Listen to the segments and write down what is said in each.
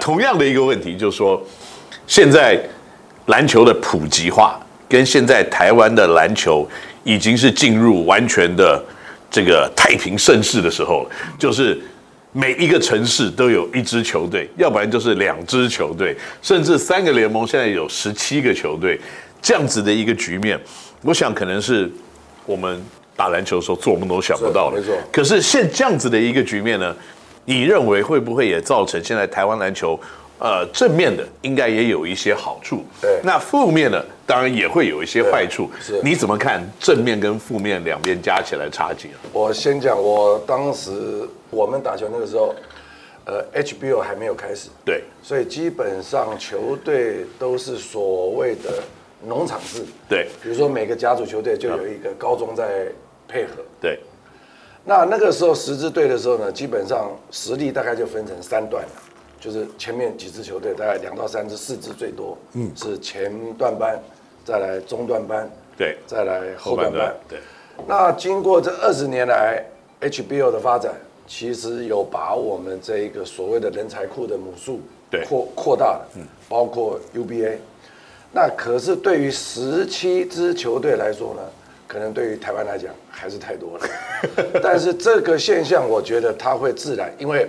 同样的一个问题，就是说，现在篮球的普及化跟现在台湾的篮球已经是进入完全的这个太平盛世的时候了，就是每一个城市都有一支球队，要不然就是两支球队，甚至三个联盟现在有十七个球队，这样子的一个局面，我想可能是我们打篮球的时候做梦都想不到的。是没错可是现这样子的一个局面呢，你认为会不会也造成现在台湾篮球，呃，正面的应该也有一些好处，对那负面的当然也会有一些坏处。是你怎么看正面跟负面两边加起来差距啊？我先讲，我当时我们打球那个时候，呃，HBO 还没有开始，对，所以基本上球队都是所谓的农场制。对比如说每个家族球队就有一个高中在配合。对，那那个时候十支队的时候呢，基本上实力大概就分成三段了，就是前面几支球队大概两到三支、四支最多，嗯，是前段班，再来中段班，对再来后半段班，对，那经过这二十年来 HBO 的发展，其实有把我们这一个所谓的人才库的母数对扩扩大了，包括 UBA。那可是对于十七支球队来说呢，可能对于台湾来讲还是太多了。但是这个现象，我觉得它会自然，因为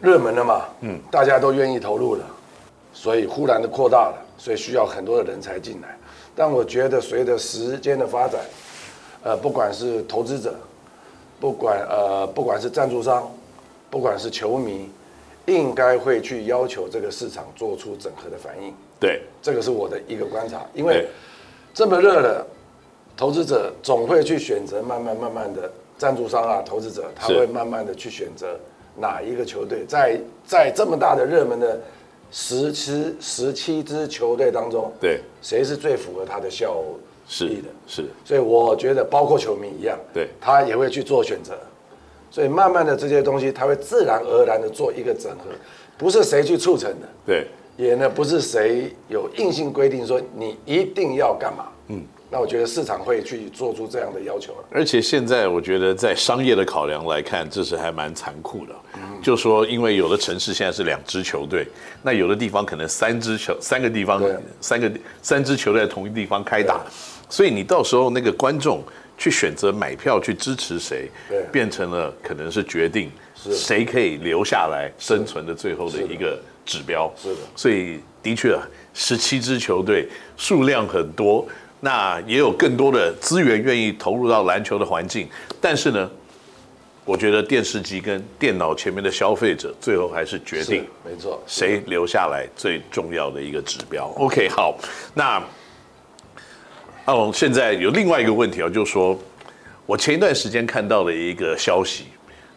热门了嘛，嗯，大家都愿意投入了，所以忽然的扩大了，所以需要很多的人才进来。但我觉得随着时间的发展，呃，不管是投资者，不管呃，不管是赞助商，不管是球迷，应该会去要求这个市场做出整合的反应。对，这个是我的一个观察，因对为这么热了，投资者总会去选择，慢慢慢慢的赞助商啊，投资者他是会慢慢的去选择哪一个球队，在在这么大的热门的十七十七支球队当中，对，谁是最符合他的效是力的？是，所以我觉得，包括球迷一样，对他也会去做选择。所以慢慢的这些东西，他会自然而然的做一个整合，不是谁去促成的，对，也呢不是谁有硬性规定说你一定要干嘛。嗯，那我觉得市场会去做出这样的要求了。而且现在我觉得，在商业的考量来看，这是还蛮残酷的。就说，因为有的城市现在是两支球队，那有的地方可能三支球，三个地方对，三个三支球队在同一地方开打，所以你到时候那个观众去选择买票去支持谁对，变成了可能是决定谁可以留下来生存的最后的一个指标。是的所以的确，啊十七支球队数量很多，那也有更多的资源愿意投入到篮球的环境。但是呢，我觉得电视机跟电脑前面的消费者最后还是决是定，没错。谁留下来最重要的一个指标。OK，好，那阿龙现在有另外一个问题啊，就是说我前一段时间看到了一个消息，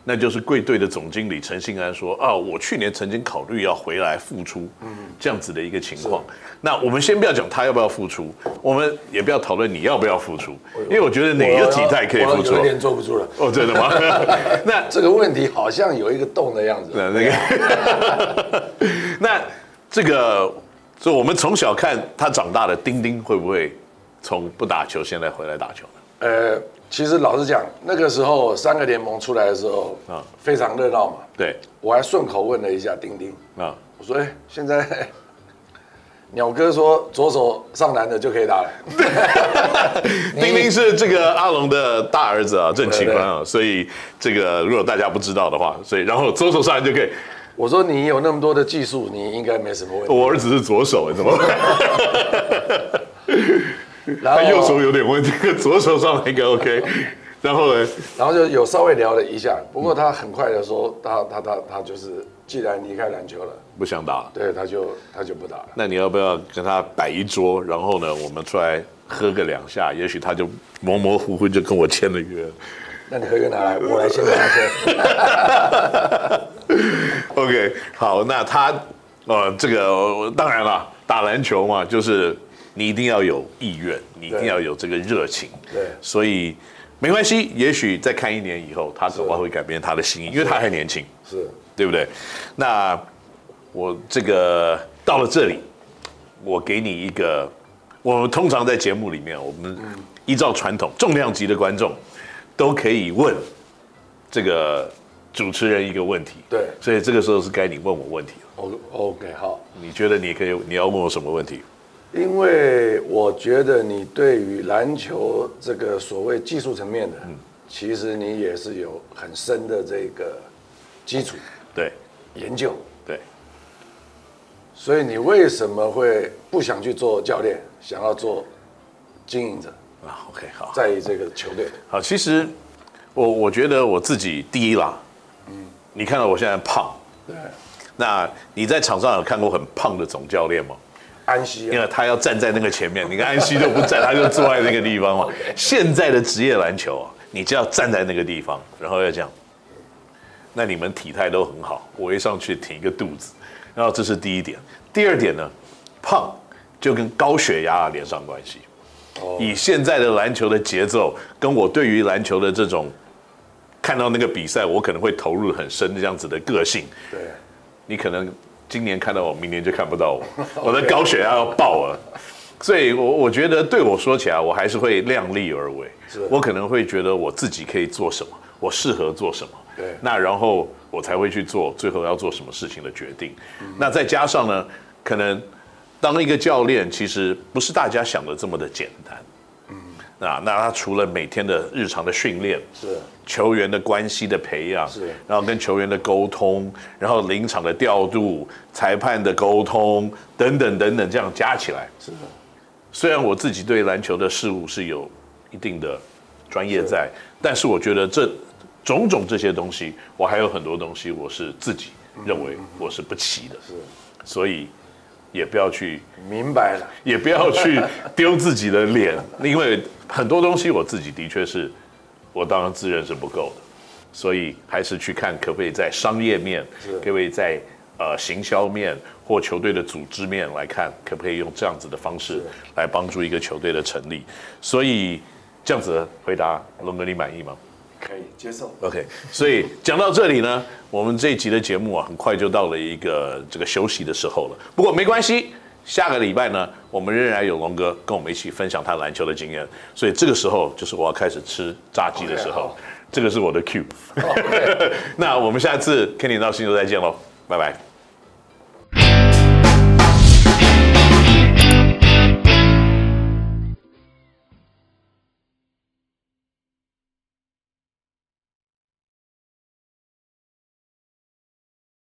那就是贵队的总经理陈信安说啊，我去年曾经考虑要回来复出，嗯这样子的一个情况。那我们先不要讲他要不要复出，我们也不要讨论你要不要复出，因为我觉得哪个体态可以复我出有。点坐不住了。哦，真的吗？ 那嗯这个问题好像有一个洞的样子。那那个， 那这个，就我们从小看他长大的丁丁，会不会从不打球现在回来打球呢？呃，其实老实讲，那个时候三个联盟出来的时候，啊，非常热闹嘛。对，我还顺口问了一下丁丁，啊，我说：“哎、现在 鸟哥说左手上篮的就可以打了。丁丁是这个阿龙的大儿子啊，郑奇宽啊，所以这个如果大家不知道的话，所以然后左手上来就可以，”我说：“你有那么多的技术，你应该没什么问题。我儿子是左手，怎么办？”他然后 哎右手有点问题，左手上来一个 OK，然后呢，然后就有稍微聊了一下，不过他很快的说，他他他他就是既然离开篮球了，不想打了。对，他就他就不打了。那你要不要跟他摆一桌，然后呢，我们出来喝个两下，也许他就模模糊糊就跟我签了约。 那你合约拿来，我来先拿去。 OK，好，那他呃，这个呃当然了，打篮球嘛，就是你一定要有意愿，你一定要有这个热情。对所以没关系，也许再看一年以后，他恐怕会改变他的心意，因为他还年轻。是，对不对？那我这个到了这里，我给你一个，我们通常在节目里面，我们依照传统，重量级的观众都可以问这个主持人一个问题。对所以这个时候是该你问我问题了。 O OK 好，你觉得你可以？你要问我什么问题？因为我觉得你对于篮球这个所谓技术层面的，嗯其实你也是有很深的这个基础对研究，对，所以你为什么会不想去做教练，想要做经营者，啊，OK，好。在于这个球队？好，其实我我觉得我自己第一啦，你看到我现在胖，对，那你在场上有看过很胖的总教练吗？安息因啊，为他要站在那个前面，你看安西都不站，他就坐在那个地方嘛。现在的职业篮球啊，你就要站在那个地方，然后要这样。那你们体态都很好，我一上去挺一个肚子，然后这是第一点。第二点呢，胖就跟高血压啊连上关系。以现在的篮球的节奏，跟我对于篮球的这种看到那个比赛，我可能会投入很深这样子的个性，对，你可能今年看到我，明年就看不 到我，我的高血压要爆了。所以我，我觉得对我说起来，我还是会量力而为是。我可能会觉得我自己可以做什么，我适合做什么。对那然后我才会去做最后要做什么事情的决定。嗯那再加上呢，可能当一个教练，其实不是大家想的这么的简单。嗯，那那他除了每天的日常的训练，是球员的关系的培养，是然后跟球员的沟通，然后临场的调度、裁判的沟通等等等等，这样加起来，是，虽然我自己对篮球的事物是有一定的专业在，但是我觉得这种种这些东西，我还有很多东西我是自己认为我是不齐的，所以也不要去明白了。也不要去丢自己的脸，因为很多东西我自己的确是，我当然自认是不够的，所以还是去看可不可以在商业面，可不可以在呃行销面或球队的组织面来看，可不可以用这样子的方式来帮助一个球队的成立。所以这样子的回答，龙哥你满意吗？可以接受。 OK，所以讲到这里呢，我们这一集的节目啊，很快就到了一个这个休息的时候了。不过没关系，下个礼拜呢，我们仍然有龙哥跟我们一起分享他篮球的经验。所以这个时候就是我要开始吃炸鸡的时候 OK，好这个是我的 Q。 OK 那我们下次 Kenny 到星球再见喽，拜拜。